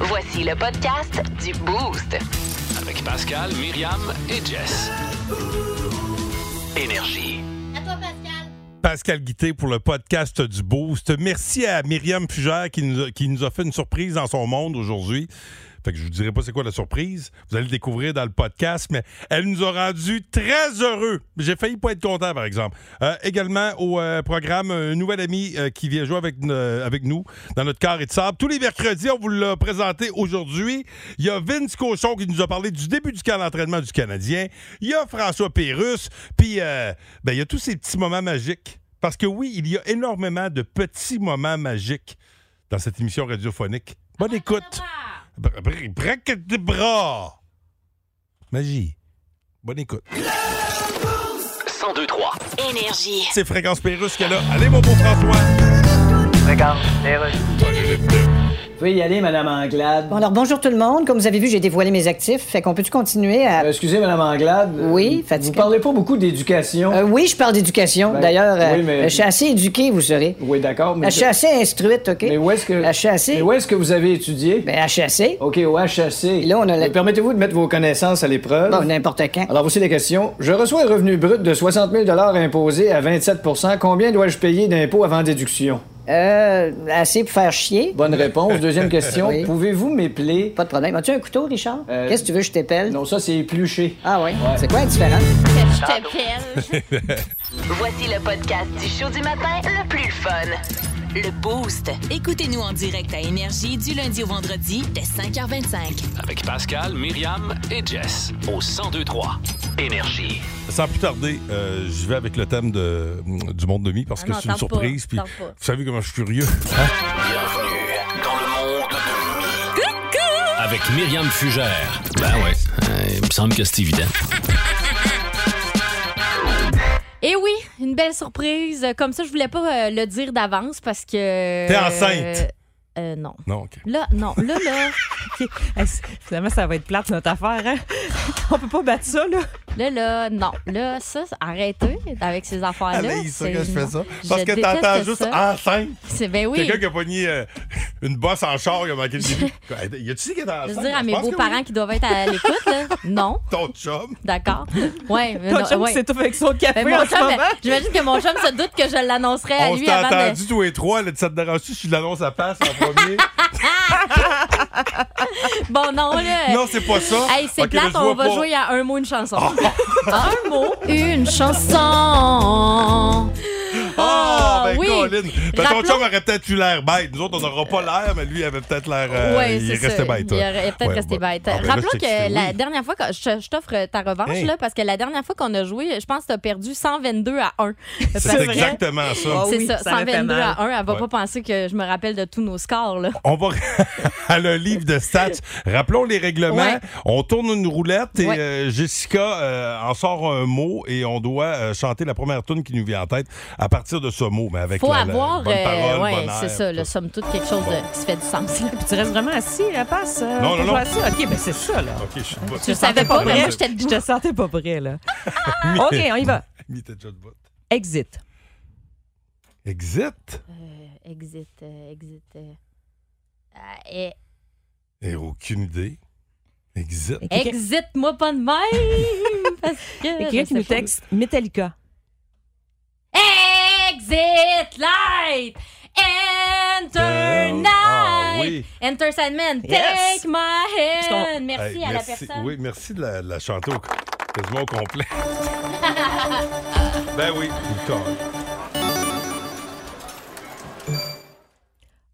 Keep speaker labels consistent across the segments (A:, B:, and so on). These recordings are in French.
A: Voici le podcast du Boost.
B: Avec Pascal, Myriam et Jess. Énergie.
C: À toi, Pascal.
D: Pascal Guité pour le podcast du Boost. Merci à Myriam Fugère qui nous a, qui nous a fait une surprise dans son monde aujourd'hui. Fait que je vous dirai pas c'est quoi la surprise. Vous allez le découvrir dans le podcast, mais elle nous a rendu très heureux. J'ai failli pas être content, par exemple. Euh, également au euh, programme, un nouvel ami euh, qui vient jouer avec, euh, avec nous dans notre carré de sable. Tous les mercredis, on vous l'a présenté aujourd'hui. Il y a Vince Cochon qui nous a parlé du début du camp d'entraînement du Canadien. Il y a François Pérus. Puis, euh, ben, il y a tous ces petits moments magiques. Parce que oui, il y a énormément de petits moments magiques dans cette émission radiophonique. Bonne écoute. Br- br- Braque de bras. Magie. Bonne écoute.
B: 1023.
A: Énergie.
D: C'est Fréquence Pérusse qu'elle a. Allez, mon beau François.
E: Vous pouvez y aller, Madame Anglade.
F: Bon, alors bonjour tout le monde. Comme vous avez vu, j'ai dévoilé mes actifs. Fait qu'on peut-tu continuer à.
E: Euh, excusez, Madame Anglade. euh,
F: Oui,
E: Vous
F: fatigué.
E: parlez pas beaucoup d'éducation.
F: Euh, oui, je parle d'éducation.
E: Ben,
F: D'ailleurs, euh,
E: oui, mais-
F: je suis assez éduquée, vous saurez.
E: Oui, d'accord, mais.
F: je suis assez instruite, OK? Ben,
E: Mais où est-ce que.
F: À chasser.
E: Mais où est-ce Oh, que vous avez étudié?
F: Ben, à chasser.
E: OK, au HAC.
F: Là, on a la-
E: Mais Permettez-vous de mettre vos connaissances à l'épreuve.
F: Bon, n'importe quand.
E: Alors, voici les questions. Je reçois un revenu brut de 60 000 imposé à 27 Combien dois-je payer d'impôts avant déduction?
F: Euh, assez pour faire chier.
E: Bonne réponse. Deuxième question.
F: Oui.
E: Pouvez-vous m'épeler?
F: Pas de problème. As-tu un couteau, Richard?
E: Euh,
F: Qu'est-ce que tu veux, que je t'épelle?
E: Non, ça, c'est épluché.
F: Ah oui? C'est quoi la différence?
C: Que je t'appelle.
A: Voici le podcast du show du matin le plus fun. Le Boost.
G: Écoutez-nous en direct à Énergie du lundi au vendredi dès 5h25.
B: Avec Pascal, Myriam et Jess. Au 1023. Énergie.
D: Sans plus tarder, euh, je vais avec le thème de, du monde de mi parce
C: Ah
D: que
C: non,
D: c'est une
C: tarde pas,
D: surprise. Puis,
C: tarde pas.
D: vous savez comment je suis curieux.
B: Bienvenue dans le monde de Mi. Avec Myriam Fugère. Ben ouais. il me semble que c'est évident.
C: Et Eh oui, une belle surprise. Comme ça, je voulais pas euh, le dire d'avance parce que.
D: T'es enceinte.
C: Euh, euh, non.
D: Non, OK.
C: Là, non, là, là,
H: Hey, c- Euh, finalement, ça va être plate, notre affaire. Hein? On peut pas battre ça, là.
C: là, là, non. Là, ça, c'est- arrêtez avec ces affaires-là.
D: Allez, ça
C: Ah c'est-
D: que je fais ça.
C: Je
D: Parce que
C: déteste
D: t'entends juste
C: ça.
D: enceinte.
C: C'est ben oui.
D: Quelqu'un qui a pogné euh, une bosse en char, il a manqué le début. Quoi, Y a-tu qui est enceinte?
C: Je veux dire à mes
D: pense que oui.
C: beaux-parents qui doivent être à l'écoute, là. Non,
D: Ton chum.
C: d'accord. Ouais, mais
H: Ton
C: non,
H: chum
C: ouais.
H: qui s'étouffe avec son café
C: Mais mon
H: en ce
C: chum,
H: moment.
C: j'imagine que mon chum se doute que je l'annoncerai à
D: On
C: Eh, lui
D: s'est
C: avant de...
D: entendus tous les trois. Là, ça te dérange-tu si je l'annonce à passe en premier?
C: Bon, non, là.
D: non, c'est pas ça.
C: Hey, c'est
D: OK, mais
C: plate,
D: je
C: on
D: vois
C: va
D: pas. Ah.
C: jouer à un mot, une chanson. un mot, une chanson.
D: Ah, ben
C: oui.
D: Colin. Ben, ton
C: Rappelons-
D: chum aurait peut-être eu l'air bête. Nous autres, on n'aura pas l'air, mais lui avait peut-être l'air. euh,
C: Ouais,
D: il
C: c'est
D: est
C: ça.
D: resté bête.
C: Il
D: ouais.
C: aurait peut-être
D: Ouais,
C: resté
D: bah-
C: bête.
D: Ah, ben là,
C: Rappelons
D: je
C: que
D: t'excuse,
C: la
D: oui.
C: dernière fois, que je, je t'offre ta revanche,
D: Hey.
C: là, parce que la dernière fois qu'on a joué, je pense que tu as perdu 122 à 1.
D: C'est
H: vrai.
D: exactement ça.
H: Ah
C: C'est
H: oui,
C: ça,
H: ça m'a fait
C: 122
H: mal.
C: à 1. Elle va
D: Ouais.
C: pas penser que je me rappelle de tous nos scores, là.
D: On va à le livre de stats. Rappelons les règlements.
C: Ouais.
D: On tourne une roulette et
C: Ouais.
D: euh, Jessica euh, en sort un mot et on doit euh, chanter la première tune qui nous vient en tête à partir de ce mot, mais avec
C: Faut
D: la- la
C: avoir,
D: bonne
C: euh,
D: parole,
C: ouais,
D: bon air,
C: c'est ça, là,
D: tout
C: somme toute quelque chose de- qui fait du sens. là.
H: Puis tu restes vraiment assis, là, passe. euh,
D: Non, non,
H: pour
D: non.
H: jouer à ça. OK, ben c'est ça, là.
D: OK, je suis pas.
C: Tu le savais pas, mais
H: prêt.
C: moi, j'étais
H: Je
C: debout.
H: te sentais pas prêt, là. OK, on y va.
D: Mis ta jotte botte.
H: Exit.
D: Exit.
C: Euh, exit, euh, exit. euh, ah, eh,
D: Et aucune idée. Exit.
H: Quelqu'un-
C: Exit-moi pas de même! Parce que.
H: Il y a
C: je
H: Quelqu'un
C: sais
H: qui nous
C: pas.
H: texte Metallica.
C: Exit light! Enter night!
D: Ben, Ah, oui.
C: Enter Sandman,
H: Yes.
C: take my hand! Merci
D: Hey,
C: à la personne.
D: Oui, merci de la, de la chanter au, quasiment au complet. ben oui, une corde.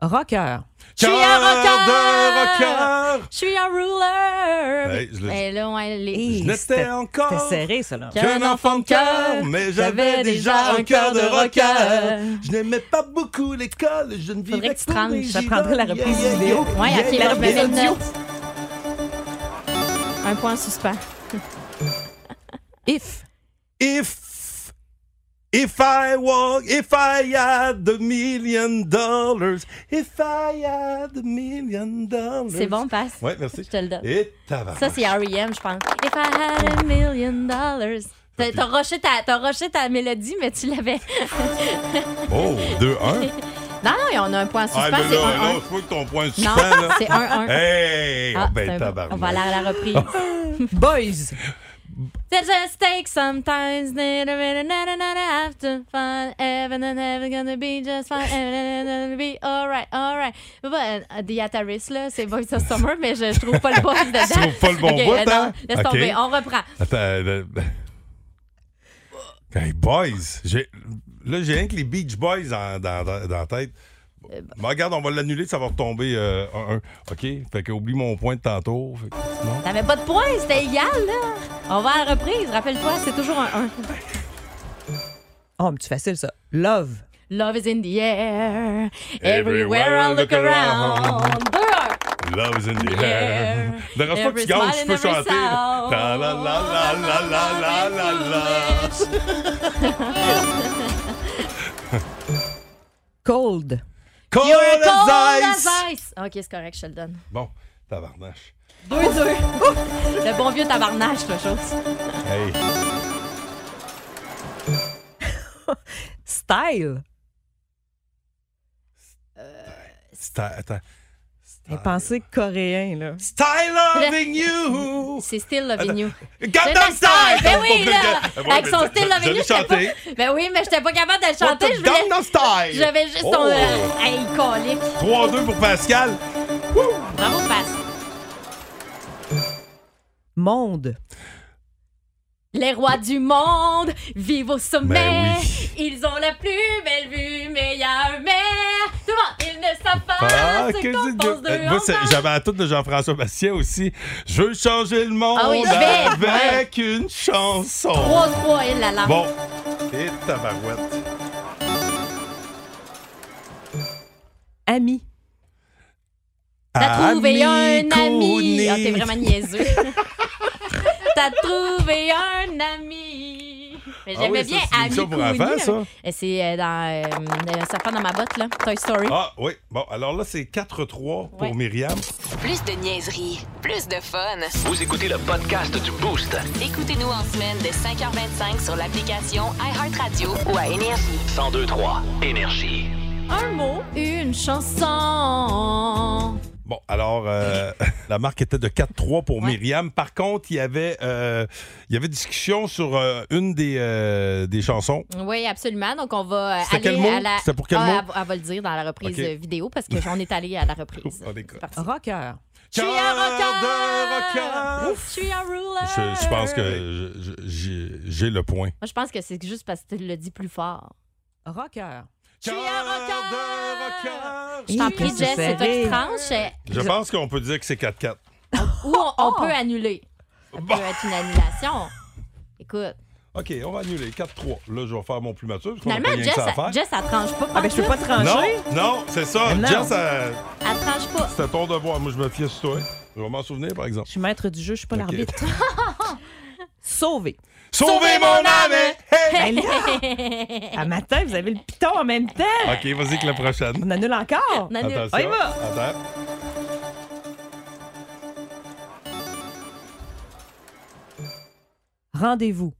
H: Rocker.
C: suis un
D: Cœur de rocker!
C: Je suis un ruler!
D: Hey, je l'ai-
C: Mais là, ouais, les-
H: Hey,
D: Je n'étais
H: c'était-
D: encore
H: C'était serré, ça, là.
D: qu'un enfant de cœur, mais j'avais déjà un cœur de rocker. Je n'aimais pas beaucoup l'école, je ne vivais
C: Faudrait que tu te ranges.
H: Ça prendrait la reprise vidéo.
C: Ouais, ok,
H: Yeah,
C: là, je me mets
H: yeah,
C: une
H: yeah.
C: note. Un point en suspens.
H: If.
D: If, if I walk, if I had a million dollars, if I had a million dollars.
C: C'est bon, passe.
D: Ouais, merci.
C: Je te le donne.
D: Et tabarnak.
C: Ça, c'est R.E.M., je pense. If I had a million dollars. T'as t'as rushé ta, t'as rushé ta mélodie, mais tu l'avais.
D: Oh, 2-1.
C: Non, non, on a un point en
D: Ah,
C: suspens,
D: mais
C: c'est
D: là, là,
C: 1-1.
D: je vois que ton point de
C: Non,
D: suspens, là.
C: c'est 1-1.
D: Hey,
C: Ah,
D: oh,
C: c'est
D: ben,
C: un peu- on va
D: tabarnak.
C: aller à la reprise.
H: Boys!
C: There's a stake sometimes. na- na- na- na- na- na- na- After fun, heaven and heaven gonna be just fine. Heaven and heaven gonna be alright, alright. But, uh, The Ataris, là, c'est Voice of Summer, mais je, je trouve pas le bon dedans.
D: Tu trouves pas le bon
C: Ok,
D: bout,
C: euh, non,
D: hein?
C: laisse
D: Ok.
C: tomber, on reprend.
D: Attends, euh, Hey, boys! j'ai- Là, j'ai rien que les Beach Boys en- dans, dans- dans la tête.
C: Eh ben.
D: Mais regarde, on va l'annuler, ça va retomber 1-1. OK? Fait que oublie mon point de tantôt. Fait que- non?
C: T'avais pas de points, c'était égal, là. On va à la reprise, rappelle-toi, c'est toujours un 1.
H: Oh, mais c'est facile, ça. Love.
C: Love is in the air, everywhere I look around. Deux, un.
D: Love is in the
C: Yeah.
D: air. Ne reste pas que tu
C: Every
D: gagnes,
C: smile
D: tu peux
C: and every
D: chanter.
C: sound.
D: La la la la la la la la la.
H: Cold.
D: Cold
C: Cold
D: as ice.
C: as ice. Ok, c'est correct, je te le donne.
D: Bon, tabarnache.
C: 2-2. Le bon vieux tabarnache, quelque chose.
D: Hey.
H: Style.
D: sta- euh, Attends.
H: Et pensée coréen, là.
D: Style loving you.
C: C'est Still Loving You.
D: Got
C: Still
D: that style.
C: Ben oui, là!
D: Ah, bon,
C: Avec
D: mais
C: son
D: je-
C: Still
D: je
C: Loving
D: l'ai
C: You, j'étais
D: chanté.
C: pas... Ben oui, mais j'étais pas capable de le chanter. Je voulais...
D: Gangnam Style.
C: J'avais juste ton...
D: Oh.
C: euh, Hey, colique.
D: 3-2 pour Pascal.
C: Bravo, passe.
H: Monde.
C: Les rois du monde vivent au sommet.
D: Ben oui.
C: Ils ont la plus belle vue, mais il y a un mais. Tout le monde, ils ne savent
D: Ah,
C: pas ce
D: que
C: qu'on
D: c'est
C: pense
D: de-
C: d'eux
D: Moi, c'est-
C: ensemble.
D: j'avais la toute de Jean-François Bastien aussi. Je veux changer le monde
C: Ah oui, je vais,
D: avec une chanson.
C: 3-3, il la lame.
D: Bon. Et tabarouette.
H: Ami.
C: T'as
D: Ami
C: trouvé un ami.
D: Kouni.
C: Ah, t'es vraiment niaiseux. T'as trouvé un ami. Mais
D: Ah oui, ça,
C: j'aimais bien
D: c'est une hein.
C: Ami
D: émission pour
C: Kouni,
D: enfants,
C: là.
D: ça.
C: Et c'est euh, dans euh, euh, Serpent dans ma botte, là. Toy Story.
D: Ah oui. Bon, alors là, c'est 4-3 pour
C: Ouais.
D: Myriam.
G: Plus de niaiserie, plus de fun.
B: Vous écoutez le podcast du Boost.
G: Écoutez-nous en semaine de 5h25 sur l'application iHeartRadio ou à Énergie.
B: 1023 Énergie.
C: Un mot, une chanson.
D: Bon, alors, euh, la marque était de 4-3 pour
C: Ouais.
D: Myriam. Par contre, il y avait, euh, il y avait discussion sur euh, une des, euh, des chansons.
C: Oui, absolument. Donc, on va euh,
D: C'était
C: aller
D: quel mot?
C: à la.
D: C'était pour quel
C: Ah,
D: mot?
C: Elle, va- elle va le dire dans la reprise
D: Ok.
C: euh, vidéo parce que j'en est allé à la reprise.
D: On écoute.
C: C'est parti.
H: Rocker.
C: Je suis un
D: Cœur de
C: rocker!
D: rocker.
C: Je suis un ruler!
D: Je, je pense que je- je- j'ai- j'ai le point.
C: Moi, je pense que c'est juste parce que tu le dis plus fort.
H: Rocker.
C: suis un
D: Cœur de
C: rocker. Je t'en
H: Hé,
C: prie,
H: c'est
C: Jess, c'est toi qui
H: serré.
C: tranche.
D: Je pense qu'on peut dire que c'est 4-4.
C: Ou on, on
H: Oh.
C: peut annuler. Ça
D: Bon.
C: peut être une annulation. Écoute,
D: OK, on va annuler. 4-3. Là, je vais faire mon plus mature parce qu'on n'a pas
C: finalement,
D: rien que
C: Jess,
D: ça à faire.
C: elle- Jess, elle tranche pas.
H: Ah, ben, je peux pas
C: pantoute.
H: trancher.
D: Non, non, c'est ça.
H: Non.
D: Jess, euh,
C: Elle tranche pas.
D: c'était ton devoir. Moi, je me fiais sur toi. Je vais m'en souvenir, par exemple.
H: Je suis maître du jeu, je suis pas
D: Ok.
H: l'arbitre. Sauvé.
D: Sauvez,
C: Sauvez
D: mon
C: mon
D: âme! Hey!
H: Ben là, à matin, vous avez le piton en même temps.
D: OK, vas-y avec la prochaine.
H: On annule encore.
C: On annule.
D: Attention.
H: On y va.
D: Attends.
H: Rendez-vous.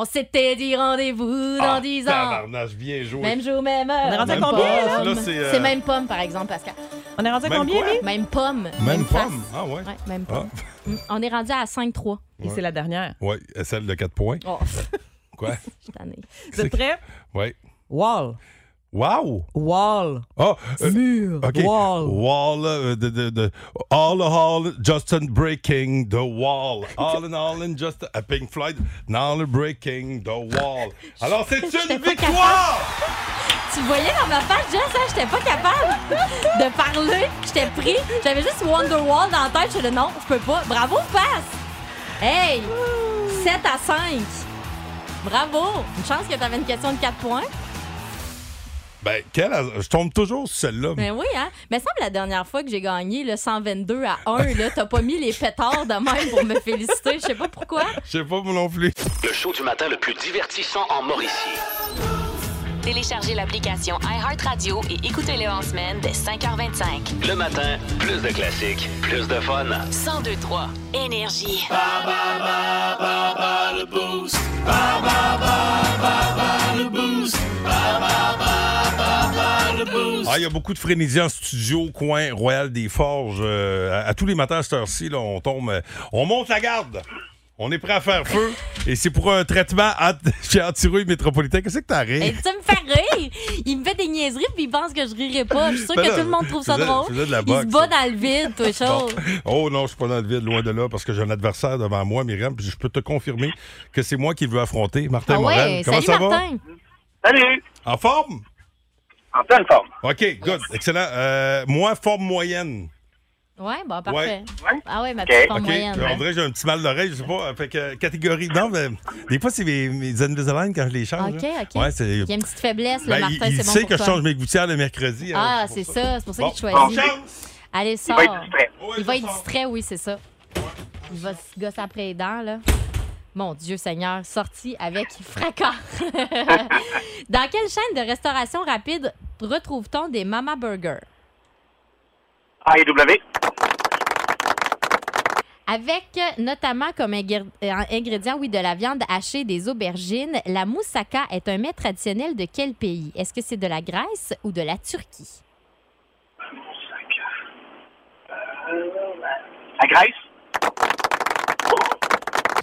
C: On s'était dit rendez-vous dans
D: Ah,
C: 10 ans.
D: Tabarnache, bien joué.
C: Même jour, même
H: On
C: heure.
H: est rendu à
C: même
H: combien, là?
C: pomme.
D: Là, c'est, euh,
C: C'est même pomme, par exemple, Pascal.
H: On est rendu à
D: Même
H: combien,
D: quoi?
H: lui?
C: Même pomme. Même,
D: Même
C: face.
D: pomme. Ah ouais?
C: Ouais, même
D: Ah,
C: pomme. Mm, On est rendu à 5-3.
H: Et c'est la dernière.
D: ouais, celle de 4 points.
C: Oh,
D: Quoi?
C: je suis tannée.
H: Vous êtes prêts?
D: Ouais.
H: Wall.
D: Wow!
H: Wall.
D: Ah! euh,
H: Mur.
D: OK.
H: Wall.
D: Wall, euh, de, de, de, all, all, just in breaking the wall. All in all, in just a Pink Floyd. Now breaking the wall. Alors, c'est une
C: pas
D: victoire!
C: Tu voyais dans ma face, Jess, hein, j'étais pas capable de parler. J'étais pris. J'avais juste Wonderwall dans la tête. Je le non, je peux pas. Bravo, passe! Hey! 7 à 5. Bravo! Une chance que t'avais une question de 4 points.
D: Ben, quelle, hasard. je tombe toujours sur celle-là.
C: Ben oui, hein? Mais semble la dernière fois que j'ai gagné le 122 à 1, là, t'as pas mis les pétards de même pour me féliciter. Je sais pas pourquoi.
D: Je sais pas, moi non plus.
B: Le show du matin le plus divertissant en Mauricie.
G: Téléchargez l'application iHeartRadio et écoutez-le en semaine dès 5h25.
B: Le matin, plus de classiques, plus de fun.
G: 1023 Énergie.
D: Ah, il y a beaucoup de frénésie en studio, coin Royal des Forges. Euh, à, à tous les matins à cette heure-ci, là, on tombe. euh, on monte la garde! On est prêt à faire feu et c'est pour un traitement anti- chez Antirouille Métropolitain. Qu'est-ce que t'arrives?
C: Et tu me fais rire. Il me fait des niaiseries puis il pense que je rirai pas. Je suis sûre
D: Ben
C: que
D: là,
C: tout le monde trouve ça
D: faisais-
C: drôle.
D: faisais de la
C: il se
D: boxe,
C: bat
D: ça.
C: dans le vide, toi, chaud.
D: Oh non, je suis pas dans le vide, loin de là, parce que j'ai un adversaire devant moi, Myriam, puis je peux te confirmer que c'est moi qui le veux affronter. Martin
C: Ah
D: Morel,
C: ouais,
D: comment
C: salut
D: ça
C: Martin.
I: Salut!
D: va? En forme?
I: En pleine forme.
D: OK, good, excellent. Euh, moi, forme moyenne.
C: Ouais, bah parfait.
I: Ouais.
C: Ah ouais, ma
I: Ok.
C: petite forme
D: OK?
C: moyenne.
D: On dirait que j'ai un petit mal d'oreille, je sais pas. Fait que euh, catégorie. Non, mais des fois, c'est mes, mes Invisalign quand je les change.
C: OK,
D: là.
C: OK.
D: Ouais, c'est.
C: Il y a une petite faiblesse, le
D: Ben, il
C: Martin,
D: il
C: c'est bon
D: sait
C: pour
D: que
C: toi.
D: je change mes gouttières le mercredi. hein,
C: Ah, c'est ça, c'est pour ça qu'il
D: Bon.
C: choisit.
D: Bonne chance.
C: Allez,
I: Il
C: sort.
I: va être distrait.
C: Il va être distrait, oui, c'est ça. Il va se gosser après les dents, là. Mon Dieu Seigneur, sorti avec fracas. Dans quelle chaîne de restauration rapide retrouve-t-on des Mama Burger?
I: AEW.
C: Avec euh, notamment comme ingréd- euh, ingrédient, oui, de la viande hachée, des aubergines, la moussaka est un mets traditionnel de quel pays? Est-ce que c'est de la Grèce ou de la Turquie?
I: La Grèce.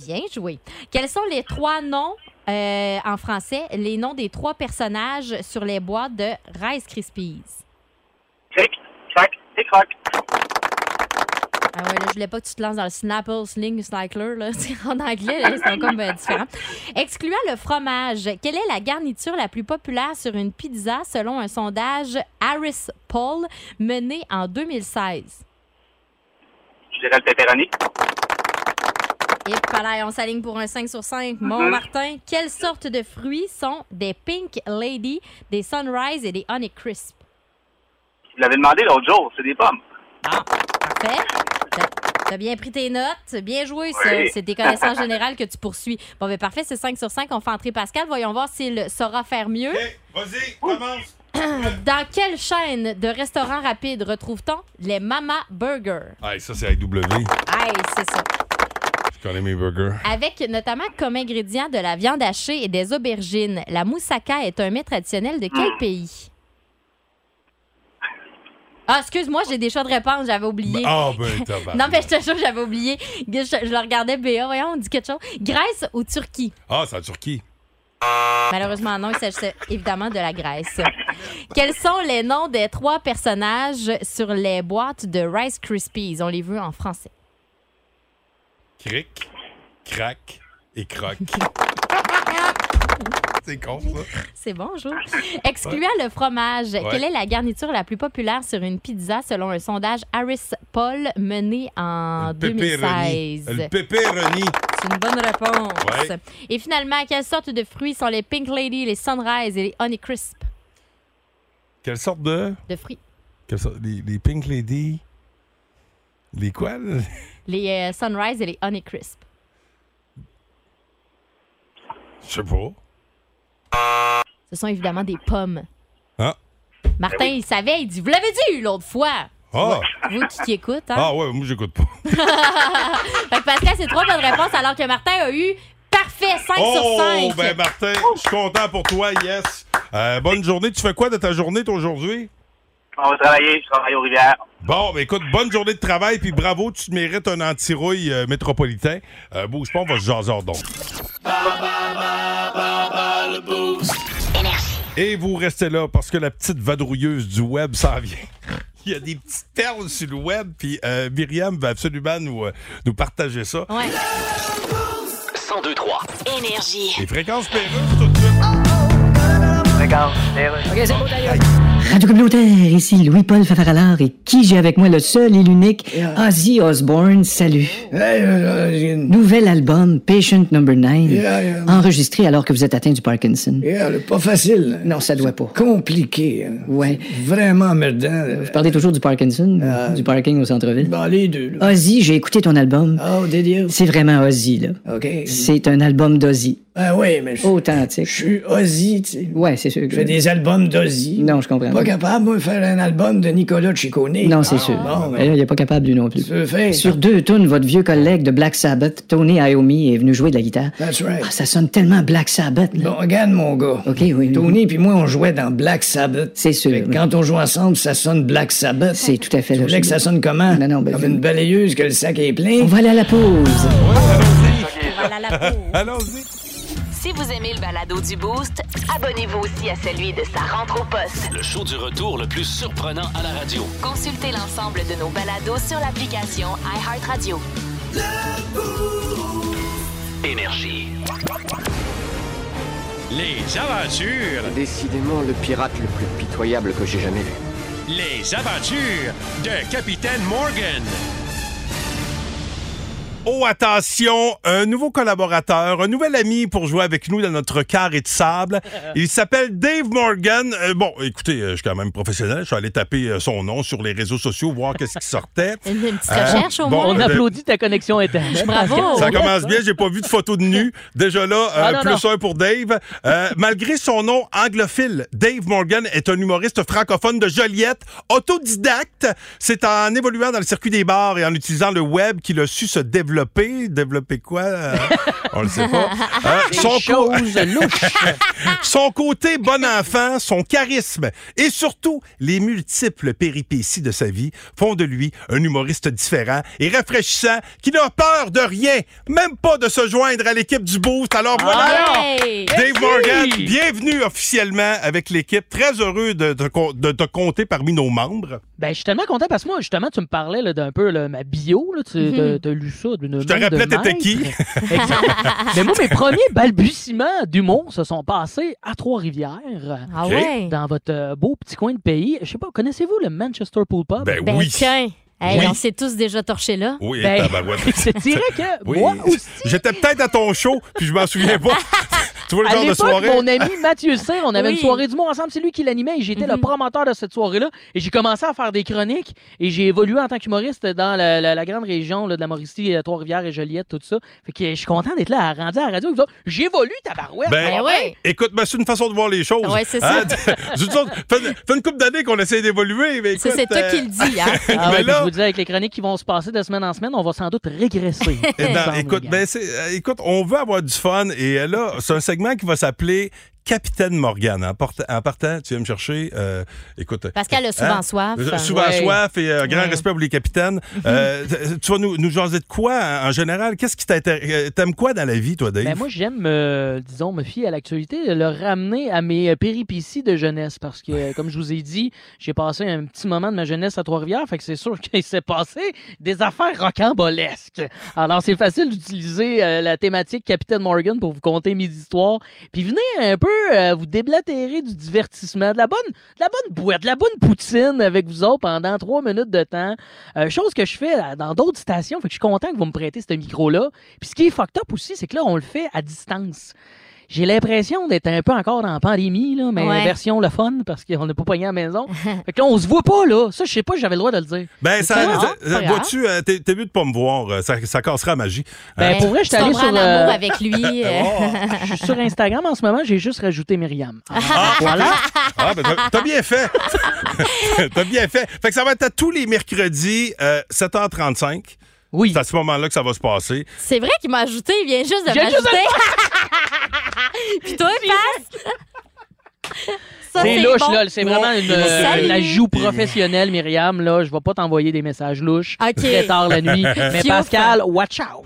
C: Bien joué. Quels sont les trois noms euh, en français, les noms des trois personnages sur les boîtes de Rice Krispies?
I: Cric, crac, tic, croc.
C: Ah ouais, là, je voulais pas que tu te lances dans le Snapple, Sling, Snackler, là. C'est en anglais, là, c'est comme euh, différent. Excluant le fromage, quelle est la garniture la plus populaire sur une pizza selon un sondage Harris Poll mené en 2016?
I: Je dirais le pepperoni.
C: Et voilà, on s'aligne pour un 5 sur 5. Mon Martin, quelles sortes de fruits sont des Pink Lady, des Sunrise et des Honey Crisp?
I: Vous l'avez demandé l'autre jour, c'est des pommes.
C: Parfait. T'as- T'as bien pris tes notes. Bien joué, ça.
I: Oui.
C: C'est des connaissances générales que tu poursuis. Bon, ben parfait, c'est 5 sur 5. On fait entrer Pascal. Voyons voir s'il saura faire mieux.
D: OK, vas-y, commence.
C: Dans quelle chaîne de restaurants rapides retrouve-t-on les Mama Burger?
D: Ah, ça, c'est AW. Je
C: Aïe, c'est ça.
D: connais mes burgers.
C: Avec notamment comme ingrédient de la viande hachée et des aubergines, la moussaka est un mets traditionnel de quel pays? Ah, excuse-moi, j'ai des choix de réponse, j'avais oublié.
D: Ah, ben, tabarnak.
C: Non, mais je te jure, j'avais oublié. Je, je le regardais BA, voyons, on dit quelque chose. Grèce ou Turquie?
D: Ah, c'est en Turquie.
C: Malheureusement, non, il s'agissait évidemment de la Grèce. Quels sont les noms des trois personnages sur les boîtes de Rice Krispies? On les veut en français.
D: Cric, crac et croc. c'est con, ça.
C: C'est bon, Jo. Excluant le fromage, quelle est la garniture la plus populaire sur une pizza selon un sondage Harris Paul mené en
D: Le pepperoni.
C: 2016?
D: Le pepperoni.
C: C'est une bonne réponse.
D: Ouais.
C: Et finalement, quelle sorte de fruits sont les Pink Lady, les Sunrise et les Honey Crisp?
D: Quelle sorte de.
C: De fruits.
D: quelle sorte- Les, les Pink Lady. Les quoi? là?
C: Les euh, Sunrise et les Honey Crisp.
D: Je sais pas.
C: Ce sont évidemment des pommes.
D: Ah.
C: Martin, il savait, il dit Vous l'avez dit l'autre fois.
D: Ah,
C: Vous qui, qui écoute, hein?
D: ah ouais, moi, j'écoute pas.
C: Fait que Pascal, c'est trois bonnes réponses, alors que Martin a eu parfait 5
D: oh,
C: sur 5.
D: ben, Martin, je suis content pour toi, yes. Euh, bonne journée. Tu fais quoi de ta journée, toi, aujourd'hui?
I: On va travailler, je travaille aux rivières.
D: Bon, ben écoute, bonne journée de travail, puis bravo, tu te mérites un antirouille euh, métropolitain. Euh, bouge pas, on va se jaser hors d'onde. Et vous restez là, parce que la petite vadrouilleuse du web s'en vient. Il y a des petites perles sur le web, puis euh, Myriam va absolument nous, euh, nous partager ça.
C: Ouais.
B: 1023.
G: Énergie.
D: Les fréquences perreuses, tout de suite.
F: Radio communautaire, ici Louis-Paul Fafaralard et qui j'ai avec moi le seul et l'unique Ozzy Osbourne, salut. Nouvel album, Patient Number 9,
E: Yeah, yeah.
F: enregistré alors que vous êtes atteint du Parkinson.
E: pas facile.
F: Non, ça doit pas.
E: Compliqué.
F: Ouais.
E: Vraiment merdant.
F: Vous parlez toujours du Parkinson,
E: Ah.
F: du parking au centre-ville.
E: Bon, les deux. là.
F: Ozzy, j'ai écouté ton album.
E: Oh, did you?
F: C'est vraiment Ozzy, là.
E: OK.
F: C'est un album d'Ozzy.
E: Ah oui, mais je je
F: Authentique.
E: suis Ozzy, tu sais.
F: Ouais, c'est sûr.
E: Je fais
F: Que...
E: des albums d'Ozzy.
F: Non, je comprends.
E: Pas capable, moi, de faire un album de Nicolas Ciccone.
F: Non, c'est sûr.
E: Bon,
F: Et
E: ben,
F: là, il n'est pas capable du non plus.
E: tu veux faire.
F: Sur deux tunes, votre vieux collègue de Black Sabbath, Tony Iommi, est venu jouer de la guitare.
E: That's right.
F: Ah, ça sonne tellement Black Sabbath. là.
E: Bon, regarde, mon gars.
F: OK, oui.
E: Tony puis moi, on jouait dans Black Sabbath.
F: C'est sûr.
E: Fait que Quand on joue ensemble, ça sonne Black Sabbath.
F: C'est tout à fait
E: Tu voulais
F: logique.
E: que ça sonne comment?
F: Non, non, ben,
E: Comme
F: je-
E: une balayeuse que le sac est
F: On
E: plein?
F: va aller à la pause.
C: Voilà la peau.
D: Allons-y.
A: Si vous aimez le balado du Boost, abonnez-vous aussi à celui de sa rentre au poste.
B: Le show du retour le plus surprenant à la radio.
A: Consultez l'ensemble de nos balados sur l'application iHeartRadio.
B: Énergie.
J: Les aventures,
E: Décidément, le pirate le plus pitoyable que j'ai jamais vu.
J: les aventures de Capitaine Morgan.
D: Oh, attention, un nouveau collaborateur, un nouvel ami pour jouer avec nous dans notre carré de sable. Il s'appelle Dave Morgan. Euh, bon, écoutez, euh, je suis quand même professionnel. Je suis allé taper euh, son nom sur les réseaux sociaux, voir qu'est-ce qui sortait.
C: Une, une petite
D: Euh,
C: recherche au
D: bon,
C: moins.
D: On applaudit
K: ta connexion Internet.
C: Bravo.
D: ben, Ça commence bien, j'ai pas vu de photo de nu. Déjà là, euh,
K: Ah, non,
D: plus un pour Dave. Euh, malgré son nom anglophile, Dave Morgan est un humoriste francophone de Joliette, autodidacte. C'est en évoluant dans le circuit des bars et en utilisant le web qu'il a su se développer. Développer quoi? Euh, on le sait pas. Euh, son, co- son côté bon enfant, son charisme et surtout les multiples péripéties de sa vie font de lui un humoriste différent et rafraîchissant qui n'a peur de rien, même pas de se joindre à l'équipe du Boost. Alors voilà!
C: Hey.
D: Dave
K: Ah, Merci.
D: Morgan, bienvenue officiellement avec l'équipe. Très heureux de te, co- de te compter parmi nos membres.
K: Ben, je suis tellement content parce que moi, justement, tu me parlais là, d'un peu là, ma bio. Là, tu
H: Mhm.
K: t'as- t'as lu ça d'une
D: Je te
K: main de
D: rappelais, t'étais
K: maître.
D: qui?
K: Exact. Mais moi, mes premiers balbutiements d'humour se sont passés à Trois-Rivières,
C: Ah
D: Ok.
C: ouais.
K: dans votre euh, beau petit coin de pays. Je sais pas, connaissez-vous le Manchester Pool Pub?
C: Ben tiens. Hey,
D: Oui.
C: on s'est tous déjà torchés là.
D: Oui,
K: Ben,
D: tabarouette.
K: je te dirais que
D: Oui.
K: moi aussi,
D: J'étais peut-être à ton show, puis je m'en souviens pas. tu vois le
K: à
D: genre de
K: l'époque,
D: soirée?
K: mon ami Mathieu Cyr, on avait
C: Oui.
K: une soirée d'humour ensemble, c'est lui qui l'animait et j'étais le promoteur de cette soirée-là. Et j'ai commencé à faire des chroniques et j'ai évolué en tant qu'humoriste dans la, la- la grande région là, de la Mauricie, euh, Trois-Rivières et Joliette, tout ça. Fait que je suis content d'être là, rendu à la radio. J'évolue, tabarouette!
D: Ben,
C: Ben ouais.
D: Écoute, ben, c'est une façon de voir les choses.
C: Ouais, c'est ça.
D: Hein? D'une sorte, fait, fait une couple d'années qu'on essaie d'évoluer. mais
C: Ça,
D: écoute,
C: c'est toi
D: euh,
C: qui le dis, hein?
K: Ah
D: mais
K: ouais, puis
D: là-
K: je vous dis, avec les chroniques qui vont se passer de semaine en semaine, on va sans doute régresser.
D: Eh ben,
K: ensemble,
D: écoute,
K: les gars.
D: ben, c'est- euh, écoute, on veut avoir du fun et euh, là, c'est un segment qui va s'appeler Capitaine Morgan. En, porta- en partant, tu viens me chercher. euh, écoute,
C: Pascal a souvent
D: Hein?
C: soif.
D: Euh, Souvent
K: Ouais.
D: soif et euh, grand
C: Ouais.
D: respect pour les capitaines. Euh, t- tu vas nous, nous jaser de quoi hein, en en général? Qu'est-ce qui t'intéresse? T'aimes quoi dans la vie, toi, Dave?
K: Ben, moi, j'aime, euh, disons, me fier à l'actualité, le ramener à mes euh, péripéties de jeunesse. Parce que, euh, comme je vous ai dit, j'ai passé un petit moment de ma jeunesse à Trois-Rivières. Fait que c'est sûr qu'il s'est passé des affaires rocambolesques. Alors, c'est facile d'utiliser euh, la thématique Capitaine Morgan pour vous conter mes histoires. Puis venez un peu euh, vous déblatérer du divertissement, de la bonne, de la bonne boîte, de la bonne poutine avec vous autres pendant trois minutes de temps. Euh, chose que je fais là, dans d'autres stations. Fait que je suis content que vous me prêtez ce micro-là. Puis ce qui est fucked up aussi, c'est que là, on le fait à distance. J'ai l'impression d'être un peu encore en pandémie, là, mais
C: Ouais.
K: version le fun, parce qu'on n'a pas pogné à la maison. fait que là, on se voit pas, là. Ça, je sais pas, j'avais le droit de le dire.
D: Ben, ça,
K: pas grave,
D: ça-
K: c'est hein? pas grave.
D: vois-tu, euh, t'es t'es mieux de pas me voir. euh, Ça, ça cassera hein? la magie.
K: Ben, pour vrai, je suis allé
C: Sombrer
K: sur,
C: en amour
K: euh,
C: avec lui. euh,
D: Ben, oh!
K: Je suis sur Instagram en ce moment, j'ai juste rajouté Myriam.
D: voilà. Ah, ben, t'as- t'as bien fait. t'as bien fait. Fait que ça va être à tous les mercredis, euh, 7h35.
K: Oui.
D: C'est à ce moment-là que ça va se passer.
C: C'est vrai qu'il m'a ajouté, il vient juste de
K: J'ai juste
C: m'ajouter. Puis toi, passe. Ça,
K: C'est louche,
C: bon.
K: là. C'est vraiment une, euh,
C: Salut.
K: la joue professionnelle, Myriam. Là, je vais pas t'envoyer des messages louches
C: Ok.
K: très tard la nuit. Mais
C: Fiouf.
K: Pascal, watch out!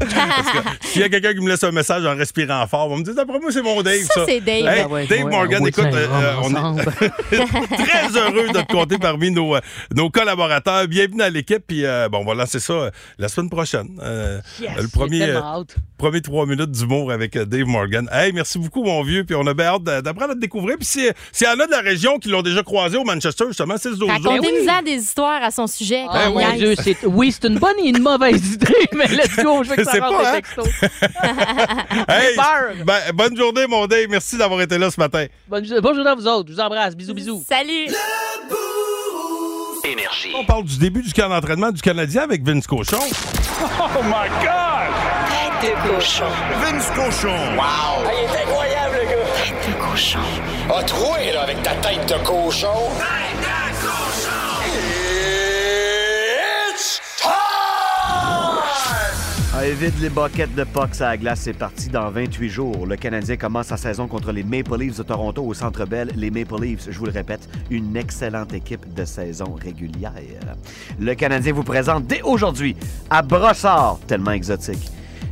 D: S'il y a quelqu'un qui me laisse un message en respirant fort, on va me dire d'après moi, c'est mon Dave, ça.
C: Ça, c'est Dave.
D: Hey,
K: Ah ouais,
D: Dave
K: ouais,
D: Morgan,
K: on
D: écoute,
K: tient
D: euh,
K: vraiment
D: euh, on est-
K: ensemble.
D: très heureux de te compter parmi nos, euh, nos collaborateurs. Bienvenue à l'équipe. Puis, euh, bon, voilà, c'est ça euh, la semaine prochaine. Euh,
K: Yes,
D: le premier,
K: j'ai
D: euh,
K: tellement hâte.
D: premier trois minutes d'humour avec euh, Dave Morgan. Hey, merci beaucoup, mon vieux. Puis, on a bien hâte d'a- d'apprendre à te découvrir. Puis, s'il si y en a de la région qui l'ont déjà croisé au Manchester, justement, c'est ce
C: Racontez-nous-en des histoires à son sujet.
K: Ah,
C: qu'on
K: mon
C: niaise.
K: Dieu, c'est- oui, c'est une bonne et une mauvaise idée, mais let's go, je veux que
D: C'est
K: ça
D: pas,
K: rentre
D: hein?
K: les textos.
D: Hey,
K: Barb.
D: ben, bonne journée, mon Dave. Merci d'avoir été là ce matin.
K: Bonne, bonne journée à vous autres, je vous embrasse, bisous, bisous.
C: Salut.
B: Énergie.
D: On parle du début du camp d'entraînement du Canadien avec Vince Cochon.
J: Oh my God!
A: Tête
L: Tête de cochon. Vince Cochon. Wow! il est incroyable, le gars. Tête de cochon. A troué, là, avec ta tête de cochon. Tête de cochon! It's
M: Ah, évite les boquettes de Pox à la glace, c'est parti dans 28 jours. Le Canadien commence sa saison contre les Maple Leafs de Toronto au Centre Bell. Les Maple Leafs, je vous le répète, une excellente équipe de saison régulière. Le Canadien vous présente dès aujourd'hui à Brossard, tellement exotique.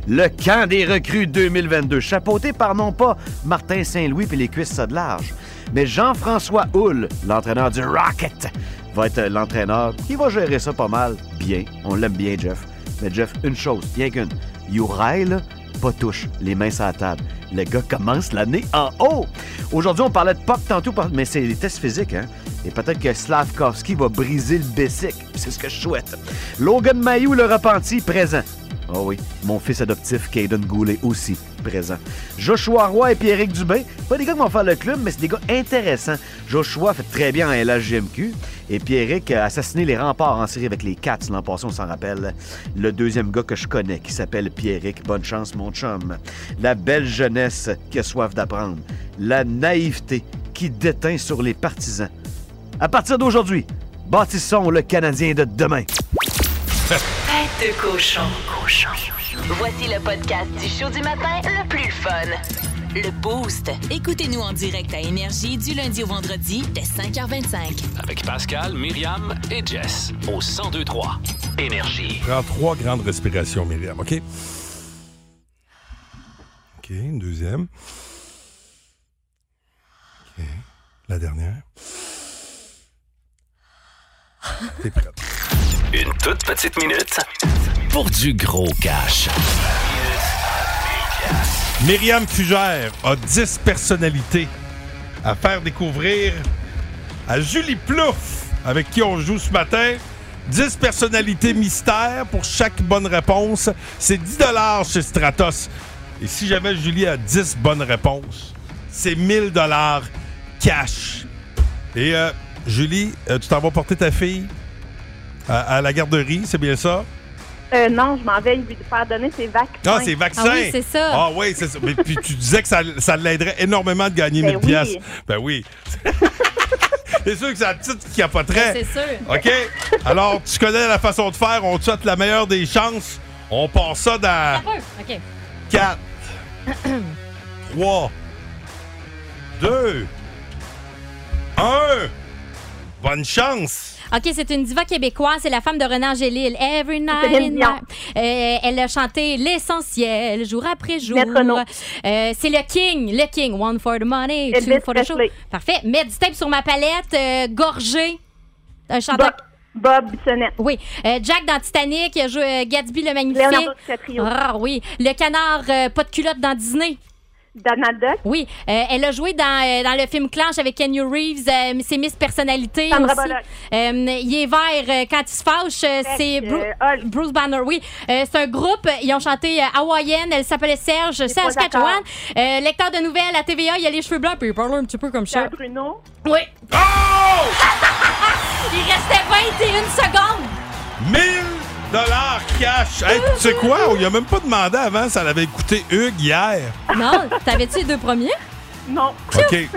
M: Le camp des recrues 2022, chapeauté par non pas Martin Saint-Louis puis les cuisses ça de large, mais Jean-François Houle, l'entraîneur du Rocket, va être l'entraîneur qui va gérer ça pas mal bien. On l'aime bien, Jeff. Mais Jeff, une chose, rien qu'une. Urail, là, pas touche, les mains sur la table. Le gars commence l'année en haut. Aujourd'hui, on parlait de POC tantôt, par- mais c'est les tests physiques, hein? Et peut-être que Slavkovski va briser le bessic. C'est ce que je souhaite. Logan Mayou, le repenti, présent. Oh oui, mon fils adoptif, Caden Goulet, aussi présent. Joshua Roy et Pierrick Dubé, pas des gars qui vont faire le club, mais c'est des gars intéressants. Joshua fait très bien en LHGMQ et Pierrick a assassiné les remparts en série avec les Cats l'an passé, on s'en rappelle. Le deuxième gars que je connais qui s'appelle Pierrick, bonne chance mon chum. La belle jeunesse qui a soif d'apprendre. La naïveté qui déteint sur les partisans. À partir d'aujourd'hui, bâtissons le Canadien de demain.
A: Tête de cochon. Voici le podcast du show du matin le plus fun. Le Boost.
G: Écoutez-nous en direct à Énergie du lundi au vendredi dès 5h25.
B: Avec Pascal, Myriam et Jess au 1023 Énergie.
D: Prends trois grandes respirations, Myriam, OK? OK, une deuxième. OK, la dernière. T'es prête.
B: Une toute petite minute pour du gros cash.
D: Myriam Fugère a 10 personnalités à faire découvrir à Julie Plouf, avec qui on joue ce matin. 10 personnalités mystères pour chaque bonne réponse. C'est 10 chez Stratos. Et si jamais Julie a 10 bonnes réponses, c'est 1000 cash. Et euh, Julie, euh, tu t'en vas porter ta fille à, à la garderie, c'est bien ça?
N: Euh, non, je m'en vais lui faire donner ses vaccins.
D: Ah, c'est vaccin. Ah oui, c'est ça. Mais puis tu disais que ça, ça l'aiderait énormément de gagner 1000
N: Ben oui.
D: pièces. Ben oui. c'est sûr que c'est la petite qui capoterait.
C: C'est sûr.
D: OK. Alors, tu connais la façon de faire. On te souhaite la meilleure des chances. On part ça dans
C: Tapeux. OK.
D: 4, 3, 2, 1. Bonne chance.
C: OK, c'est une diva québécoise. C'est la femme de Renan Gélil. Every night.
N: Céline
C: and
N: Dion.
C: night. Euh, elle a chanté l'essentiel, jour après jour.
N: Maître Renaud.
C: Euh, c'est le King. Le King. One for the money, two
N: Elvis
C: for the show.
N: Presley.
C: Parfait. Mets du tape sur ma palette. euh, gorgé. Un chanteur.
N: Bob, Bissonnette.
C: Oui. Euh, Jack dans Titanic. Il a joué euh, Gatsby le Magnifique.
N: Leonardo DiCaprio.
C: Ah oui. Le canard euh, pas de culotte dans Disney.
N: Donald Duck.
C: Oui. Euh, elle a joué dans, euh, dans le film Clanche avec Kenny Reeves. euh, c'est Miss Personnalité
N: Sandra
C: aussi.
N: Bullock.
C: Euh, il est vert euh, quand il se fâche. euh, c'est Bru- Bruce Banner. Oui. Euh, c'est un groupe. euh, Ils ont chanté euh, Hawaïenne. Elle s'appelait Serge. Serge
N: trois accords.
C: Catchwan. Euh, lecteur de nouvelles à TVA. Il a les cheveux blancs. Puis il parle un petit peu comme ça.
N: Pierre Bruno.
C: Oui.
D: Oh!
C: il restait 21 secondes.
D: 1000 dollars cash. Hey, tu sais quoi? On lui a même pas demandé avant. Ça l'avait coûté Hugues hier.
C: Non, t'avais-tu les deux premiers?
N: Non.
D: OK.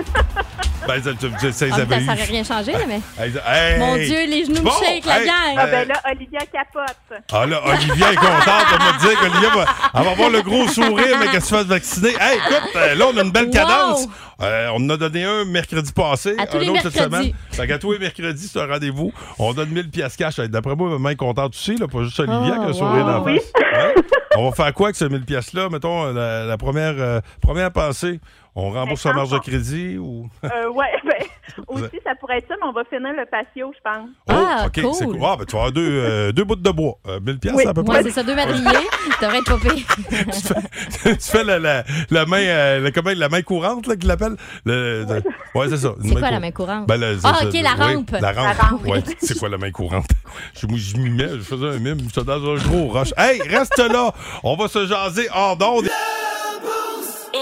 D: Ben, ça, ça- ça, ils
C: Ah, mais
D: avaient
C: ça
D: eu-
C: n'aurait rien changé, là, mais.
D: Hey, hey.
C: Mon Dieu, les genoux me
D: Bon,
C: shake, la
D: hey,
C: gang.
N: Ah, ben
D: euh,
N: là, Olivia capote.
D: Ah là, Olivia est contente. Elle m'a dit qu'Olivia va, elle va avoir le gros sourire, mais qu'elle se fasse vacciner. Hey, écoute, euh, là, on a une belle
C: Wow.
D: cadence. Euh, on en a donné un mercredi passé,
C: À tous
D: un
C: les
D: autre cette semaine.
C: mercredis.
D: Fait qu'à tous les mercredis, c'est un rendez-vous. On donne 1000 piastres cash. Hey, D'après moi, maman est contente aussi, là, pas juste Olivia
C: Oh,
D: qui a le sourire
C: wow.
D: d'en
C: Oui.
D: face. Ouais. On va faire quoi avec ce 1000 piastres-là? Mettons, euh, la, la première, euh, première pensée, on rembourse sa marge de crédit ou...
N: Euh, ouais, ben, aussi, ça pourrait être ça, mais on va finir le patio, je pense.
D: Oh, OK, c'est cool. Ah, ben, tu vas avoir deux, euh, deux bouts de bois. Euh, 1000 piastres, à peu
C: Ouais,
D: près.
C: c'est ça, deux madriers.
D: ben.
C: T'aurais être popé.
D: tu fais la, la, la main euh, la, comment, la main courante là, qu'il l'appelle le, le- ouais c'est ça une
C: C'est quoi la
D: cour-
C: main courante?
D: Ben, le-
C: Ah,
D: c'est-
C: ok,
D: c'est-
C: la
D: oui,
C: rampe.
D: la rampe
C: La rampe, oui.
D: ouais c'est quoi la main courante je, moi, je m'y mets je faisais un mime je suis dans un gros rush hey reste là on va se jaser hors d'onde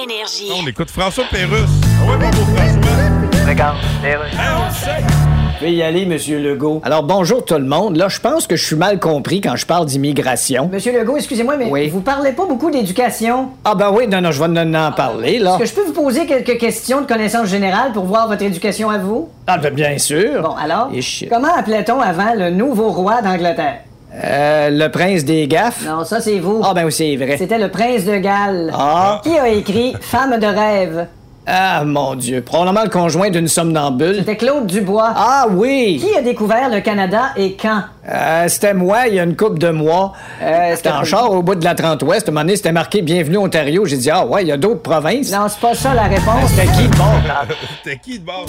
G: Énergie.
D: on écoute François Pérusse ah ouais bravo François regarde
E: pouvez y aller, Monsieur Legault.
F: Alors bonjour tout le monde. Là, je pense que je suis mal compris quand je parle d'immigration.
O: Monsieur Legault, excusez-moi, mais
F: Oui.
O: vous parlez pas beaucoup d'éducation.
F: Ah ben oui, non, non, je vais en- en parler, là.
O: Est-ce que je peux vous poser quelques questions de connaissance générale pour voir votre éducation à vous?
F: Ah ben bien sûr.
O: Bon, alors,
F: Ich-
O: comment appelait-on avant le nouveau roi d'Angleterre?
F: Euh, le prince des gaffes.
O: Non, ça c'est vous.
F: Ah ben oui, c'est vrai.
O: C'était le prince de Galles.
F: Ah.
O: Qui a écrit Femme de rêve?
F: Ah mon Dieu, probablement le conjoint d'une somnambule.
O: C'était Claude Dubois.
F: Ah oui.
O: Qui a découvert le Canada et quand? Euh,
F: Euh, c'était moi, il y a une couple de mois. c'était en char au bout de la 30 Ouest. À un moment donné, c'était marqué Bienvenue Ontario. J'ai dit, ah ouais, il y a d'autres provinces.
O: Non, c'est pas ça la réponse.
F: C'était qui? Bon,
D: T'es qui de bord?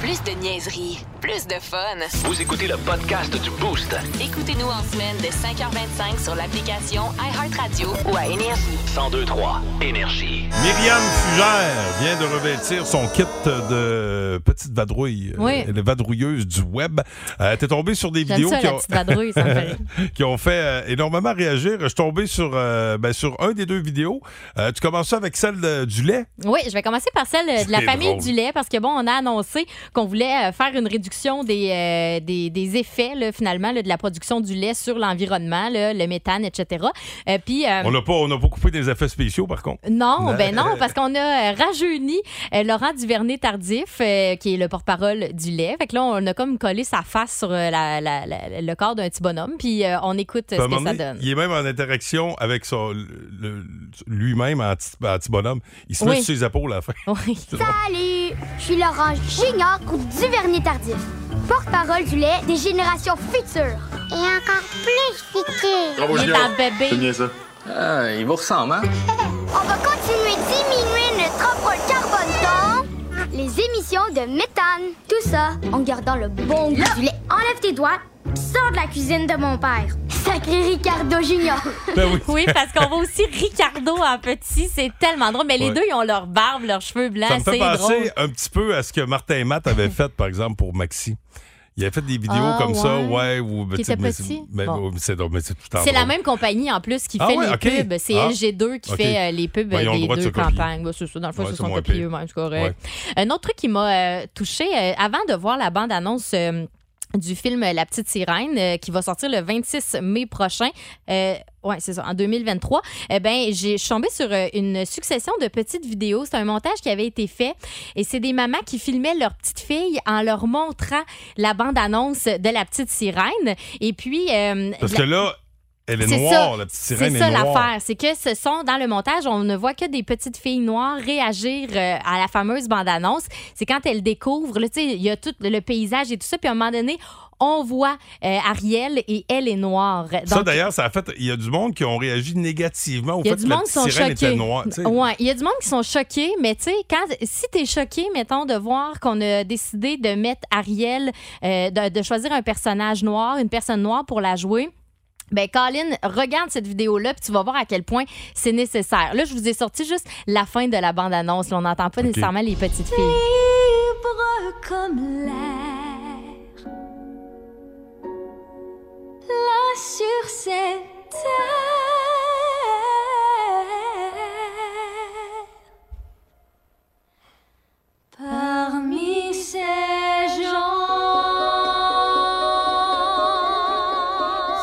G: Plus de niaiserie, plus de fun.
B: Vous écoutez le podcast du Boost.
G: Écoutez-nous en semaine de 5h25 sur l'application iHeartRadio ou à Énergie.
B: 1023 Énergie.
D: Myriam Fugère vient de revêtir son kit de petite vadrouille, euh,
C: Oui.
D: de vadrouilleuse du web. Euh, T'es tombé sur des
C: J'aime
D: vidéos
C: ça,
D: qui,
C: la
D: ont...
C: petite vadrouille, ça me fait rire.
D: qui ont fait euh, énormément réagir. Je suis tombé sur, euh, ben, sur un des deux vidéos. Euh, tu commences ça avec celle de- du lait.
C: Oui, je vais commencer par celle euh, de la
D: C'est
C: famille
D: drôle.
C: du lait parce que bon, on a annoncé qu'on voulait euh, faire une réduction des, euh, des, des effets là, finalement là, de la production du lait sur l'environnement, là, le méthane, etc. Euh, puis euh,
D: On n'a pas, on a pas coupé des effets spéciaux, par contre.
C: Non, ben non, parce qu'on a euh, rajeuni euh, Laurent Duvernay-Tardif, euh, qui est le porte-parole du lait. Fait que là, on a comme collé sa face sur euh, la- la- la- le corps d'un petit bonhomme, puis euh, on écoute euh,
D: Puis à
C: ce
D: un
C: que
D: moment
C: ça
D: donné,
C: donne.
D: Il est même en interaction avec son- le- le- lui-même en petit en petit bonhomme. Il se met
C: Oui.
D: sur ses épaules à la fin.
P: Salut! Je suis Laurent Junior Duvernay Tardif, porte-parole du lait des générations futures. Et encore plus futures.
Q: Ah, il vous ressemble, hein?
P: On va continuer de diminuer notre empreinte carbone dans les émissions de méthane. Tout ça en gardant le bon goût du lait. Enlève tes doigts, pis sors de la cuisine de mon père. Sacré Ricardo Junior.
D: Ben
C: oui. parce qu'on voit aussi Ricardo en petit, c'est tellement drôle. Mais les
D: Ouais.
C: deux, ils ont leur barbe, leurs cheveux
D: Ça
C: blancs,
D: me
C: Ah, c'est
D: fait penser
C: drôle.
D: un petit peu à ce que Martin et Matt avait fait, par exemple, pour Maxi. Il avait fait des vidéos
C: Ah,
D: comme ça, ouais.
C: ouais.
D: Ou, ben,
C: Qui
D: tu-
C: était
D: mais-
C: petit.
D: mais- oh,
C: Bon.
D: mais c'est drôle, mais c'est tout le temps
C: C'est la
D: drôle.
C: même compagnie en plus qui
D: Ah
C: fait
D: ouais,
C: les
D: ok.
C: pubs. C'est
D: Ah,
C: LG2 qui
D: ok.
C: fait euh, les pubs
D: Ben, ils ont le
C: des
D: droit de
C: deux
D: se copier.
C: campagnes. Ouais, c'est ça. Dans le fond,
D: Ouais,
C: ils se
D: c'est
C: sont
D: moins
C: copiés
D: pire.
C: eux-mêmes, c'est correct. Un autre truc qui m'a touché avant de voir la bande-annonce. euh, du film La Petite Sirène euh, qui va sortir le 26 mai prochain. Euh, ouais, c'est ça, en 2023. Eh ben, j'ai je suis tombée sur euh, une succession de petites vidéos. C'est un montage qui avait été fait et c'est des mamans qui filmaient leur petite fille en leur montrant la bande-annonce de La Petite Sirène. Et puis euh,
D: Parce
C: la-
D: que là, elle est,
C: c'est
D: noire,
C: ça.
D: la petite sirène
C: C'est
D: est,
C: ça
D: noire.
C: l'affaire. C'est que ce sont, dans le montage, on ne voit que des petites filles noires réagir euh, à la fameuse bande-annonce. C'est quand elles découvrent, là, tu sais, il y a tout le paysage et tout ça, puis à un moment donné, on voit euh, Ariel et elle est noire.
D: ça,
C: Donc,
D: d'ailleurs, ça a fait. Il y a du monde qui ont réagi négativement au
C: il y a
D: fait
C: du
D: que la
C: monde qui
D: petite
C: sont
D: sirène
C: choqués.
D: était noire. tu sais.
C: Ouais, il y a du monde qui sont choqués, mais tu sais, quand si t'es choqué, mettons, de voir qu'on a décidé de mettre Ariel, euh, de, de choisir un personnage noir, une personne noire pour la jouer. Ben, Colin, regarde cette vidéo-là, puis tu vas voir à quel point c'est nécessaire. Là, je vous ai sorti juste la fin de la bande-annonce. là. On n'entend pas nécessairement les petites filles.
R: libre comme l'air. Là sur cette terre, parmi ces gens.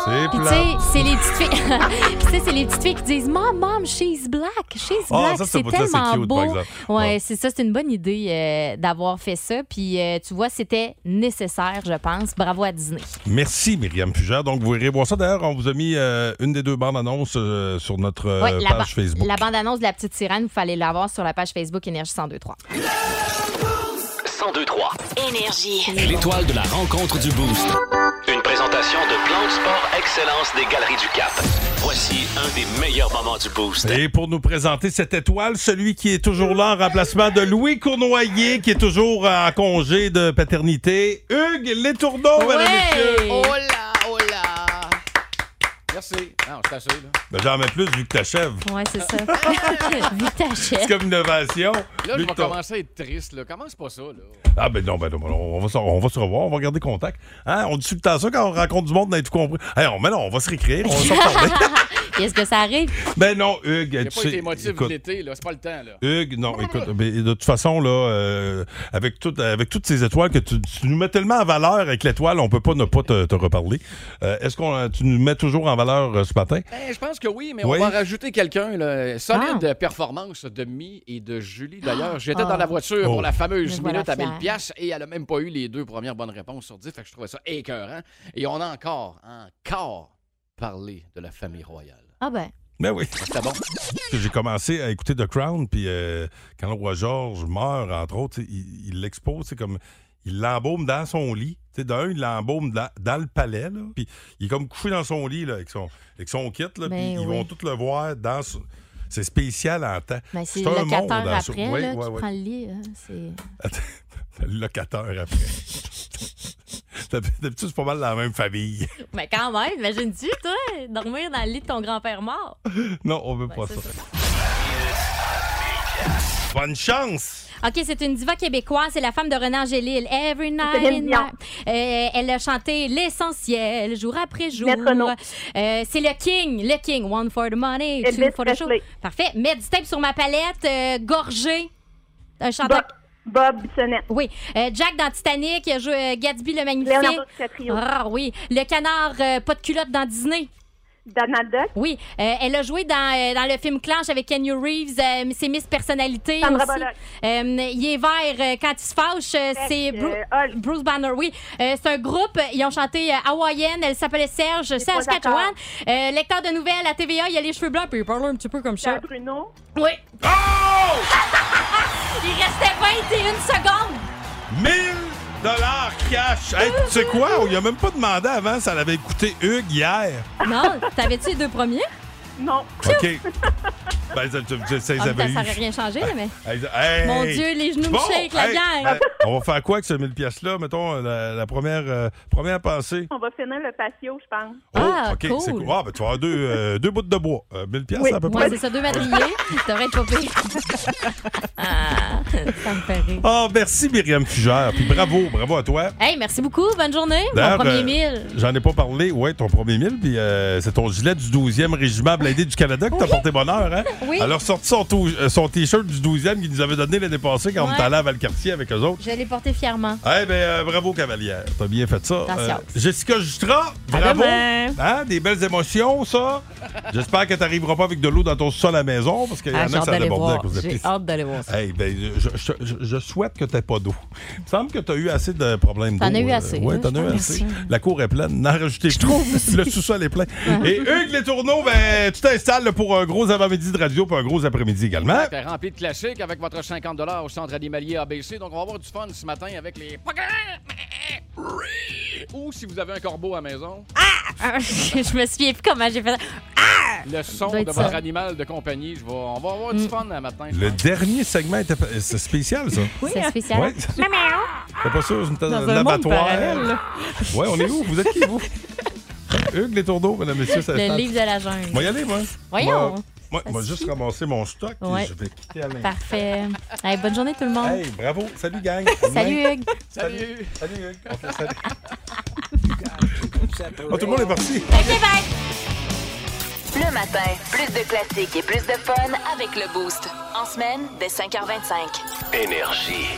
D: C'est
C: Puis tu sais,
D: plat.
C: c'est les petites filles. Puis tu sais, c'est les petites filles qui disent Mom, mom, she's black, she's
D: Ah,
C: black.
D: ça, c'est
C: c'est
D: pas- ça, c'est
C: tellement
D: cute, par
C: beau.
D: exemple.
C: ouais, c'est ça, c'est une bonne idée euh, d'avoir fait ça. Puis euh, tu vois, c'était nécessaire, je pense. Bravo à Disney.
D: Merci, Myriam Fugère. Donc, vous irez voir ça. D'ailleurs, on vous a mis euh, une des deux bandes annonces euh, sur notre euh,
C: Ouais, la,
D: page
C: ba-
D: Facebook.
C: la bande-annonce de la petite sirène, vous fallait la voir sur la page Facebook Énergie 1023.
B: 1023
G: Énergie.
B: L'étoile de la rencontre du Boost. Une présentation de Plan de Sport Excellence des Galeries du Cap. Voici un des meilleurs moments du Boost.
D: Et pour nous présenter cette étoile, celui qui est toujours là en remplacement de Louis Cournoyer, qui est toujours en congé de paternité, Hugues Létourneau, mesdames et messieurs.
Q: Oh là, oh là! Merci. Non, je t'assure, là.
D: Ben, J'en mets plus vu que t'achèves.
C: Ouais, c'est ça. Vu ta
D: C'est comme une innovation.
Q: Là, je
D: Vu
Q: vais
D: que ton-
Q: commencer à être triste, là. Commence pas ça, là.
D: Ah ben non, ben non, ben non, on va, se, on va se revoir, on va garder contact. Hein? On dit tout le temps ça quand on rencontre du monde, on a tout compris. Hey, on, mais non, on va se réécrire, on va se reparler.
C: Qu'est-ce que ça arrive?
D: Ben non, Hugues.
Q: Il n'y a
D: tu
Q: pas
D: sais,
Q: été émotif
D: écoute,
Q: l'été, là. C'est pas le temps, là.
D: Hugues, non, écoute, ben, de toute façon, là, euh, avec, tout- avec toutes ces étoiles que tu, tu nous mets tellement en valeur avec l'étoile, on peut pas ne pas te, te reparler. Euh, Est-ce qu'on tu nous mets toujours en valeur euh, ce matin?
Q: Ben, je pense que oui, mais
D: Oui.
Q: on va en rajouter quelqu'un. là.
C: Ah,
Q: Solide performance de Mi et de Julie. D'ailleurs, j'étais
D: Ah.
Q: dans la voiture
D: Oh.
Q: pour la fameuse
D: Me voilà
Q: minute à
D: fière.
Q: 1000 piastres et elle a même pas eu les deux premières bonnes réponses sur 10. Fait que je trouvais ça écœurant. Et on a encore, encore parlé de la famille royale.
C: Ah ben.
D: Ben oui.
Q: C'était bon.
D: J'ai commencé à écouter The Crown, puis euh, quand le roi George meurt, entre autres, il il l'expose, c'est comme. Il l'embaume dans son lit. Tu sais, D'un, il l'embaume dans, dans le palais, là. Puis il est comme couché dans son lit, là, avec son, avec son kit, là.
C: Ben
D: Puis
C: oui.
D: ils vont tous le voir dans. son- C'est spécial en temps.
C: Ben, c'est
D: un
C: le 4
D: monde
C: heures
D: dans ce-
C: après
D: Ouais,
C: là,
D: ouais,
C: qui
D: ouais.
C: prend le lit. hein, c'est-
D: Attends, le locataire après. D'hab- D'habitude, c'est pas mal la même famille.
C: Mais quand même, imagine-tu, toi, dormir dans le lit de ton grand-père mort.
D: Non, on
C: Ben,
D: veut pas ça. Bonne chance!
C: OK, c'est une diva québécoise. C'est la femme de Renan Gélil. Every night.
N: Céline
C: in
N: Dion.
C: my- Euh, elle a chanté L'essentiel, jour après jour.
N: Maître Renaud.
C: Euh, c'est le King, le King. One for the money, two
N: Elvis
C: for the show.
N: Presley.
C: Parfait. Mets du tape sur ma palette, euh, gorgé. Un chanteur.
N: Bob Bissonnette.
C: Oui. Euh, Jack dans Titanic, il a joué euh, Gatsby le Magnifique.
N: Leonardo DiCaprio.
C: Ah oui. Le canard euh, pas de culotte dans Disney.
N: Donald Duck.
C: Oui. Euh, elle a joué dans, euh, dans le film Clanche avec Kenny Reeves. euh, c'est Miss Personnalité.
N: Sandra
C: aussi.
N: Bullock.
C: Euh, il est vert euh, quand il se fâche. euh, c'est Bru- Bruce Banner. Oui. Euh, c'est un groupe. Ils ont chanté euh, Hawaïenne. Elle s'appelait Serge. Serge
N: trois accords.
C: Catchwan. Euh, lecteur de nouvelles à TVA. Il a les cheveux blancs puis il parle un petit peu comme ça.
N: Bruno.
C: Oui. il restait 21 secondes.
D: 1000 dollars cash. Hey, tu sais quoi? Il a même pas demandé avant, ça l'avait coûté Hugues hier.
C: Non, t'avais-tu les deux premiers?
N: Non.
D: OK. ben, ça, tu- tu sais, ils
C: Ah,
D: avaient
C: putain,
D: eu.
C: ça aurait rien changé, là, mais.
D: Hey, hey.
C: Mon Dieu, les genoux me shake, la gang.
D: ben, on va faire quoi avec ce 1000 pièces-là? Mettons, la, la première, euh, première pensée.
N: On va finir le patio, je pense.
D: Oh, OK, c'est cool. Ah, ben, tu vas avoir deux, euh, deux bouts de bois. Euh, 1000 pièces à peu
C: Ouais,
D: près.
C: c'est ça, deux madriers. Ça devrait être pas pire. ah, ça me fait rire.
D: Ah, merci Myriam Fugère. Puis bravo, bravo à toi.
C: Hey, merci beaucoup. Bonne journée. Mon
D: D'ailleurs,
C: premier
D: euh,
C: mille.
D: J'en ai pas parlé. Ouais, ton premier mille, puis euh, c'est ton gilet du 12e régiment blindé du Canada que t'as porté bonheur, hein?
C: Oui.
D: Alors, sorti son, tou- euh, son t-shirt du 12e qu'il nous avait donné l'année passée quand on
C: Ouais.
D: était allé à Valcartier avec eux autres.
C: Je l'ai porté fièrement.
D: Eh bien, bravo, Cavalière. T'as bien fait ça. Euh,
C: Patience.
D: Jessica Justra, bravo.
H: demain.
D: Hein, des belles émotions, ça. J'espère que t'arriveras pas avec de l'eau dans ton sol à la maison, parce qu'il y en
H: Ah,
D: a
H: j'ai
D: que
H: hâte
D: ça a
H: d'aller
D: débordé à
H: voir.
D: cause de
H: J'ai
D: pisse.
H: hâte d'aller voir ça.
D: Hey, ben, je, je- je- je souhaite que t'aies pas d'eau. Il me semble que t'as eu assez de problèmes d'eau.
C: T'en as eu
D: euh,
C: assez,
D: Ouais,
C: là,
D: t'en
C: je
D: as eu
C: pense.
D: assez. La cour est pleine. N'en rajoutez plus. Le sous-sol est plein. Et Hugues Les Tourneaux, ben, tu t'installes là, pour un gros avant-midi de radio puis un gros après-midi également.
Q: C'était rempli de classiques avec votre 50 au centre animalier ABC. Donc, on va avoir du fun ce matin avec les. Ou si vous avez un corbeau à la maison,
C: Ah, je me souviens plus comment j'ai fait ça.
Q: le son
C: doit
Q: de
C: être
Q: votre
C: ça. Mm.
Q: animal de compagnie. Je vais- On va avoir du fun le matin. je
D: Le
Q: pense.
D: dernier segment était pa- c'est spécial, ça.
C: C'est spécial.
D: Ouais. C'est pas sûr, c'est
H: hein. Dans
D: un
H: un monde
D: abattoir.
H: parallèle. là.
D: Ouais, on est où? Vous êtes qui, vous? Hugues Les Tourneaux, mesdames, messieurs, ça
C: Le
D: fait-
C: livre de la jungle.
D: Moi, y aller, moi.
C: Voyons.
D: Moi, moi, moi, juste ramasser mon stock et
C: Ouais.
D: je vais quitter à l'instant.
C: Parfait. Hey, bonne journée, tout le monde.
D: Hey, bravo. Salut, gang.
C: Salut, Hugues.
D: Salut. Salut, Hugues. On fait salut. Oh, tout le monde est parti.
G: Le matin, plus de classiques et plus de fun avec le Boost. En semaine, dès 5h25.
B: Énergie.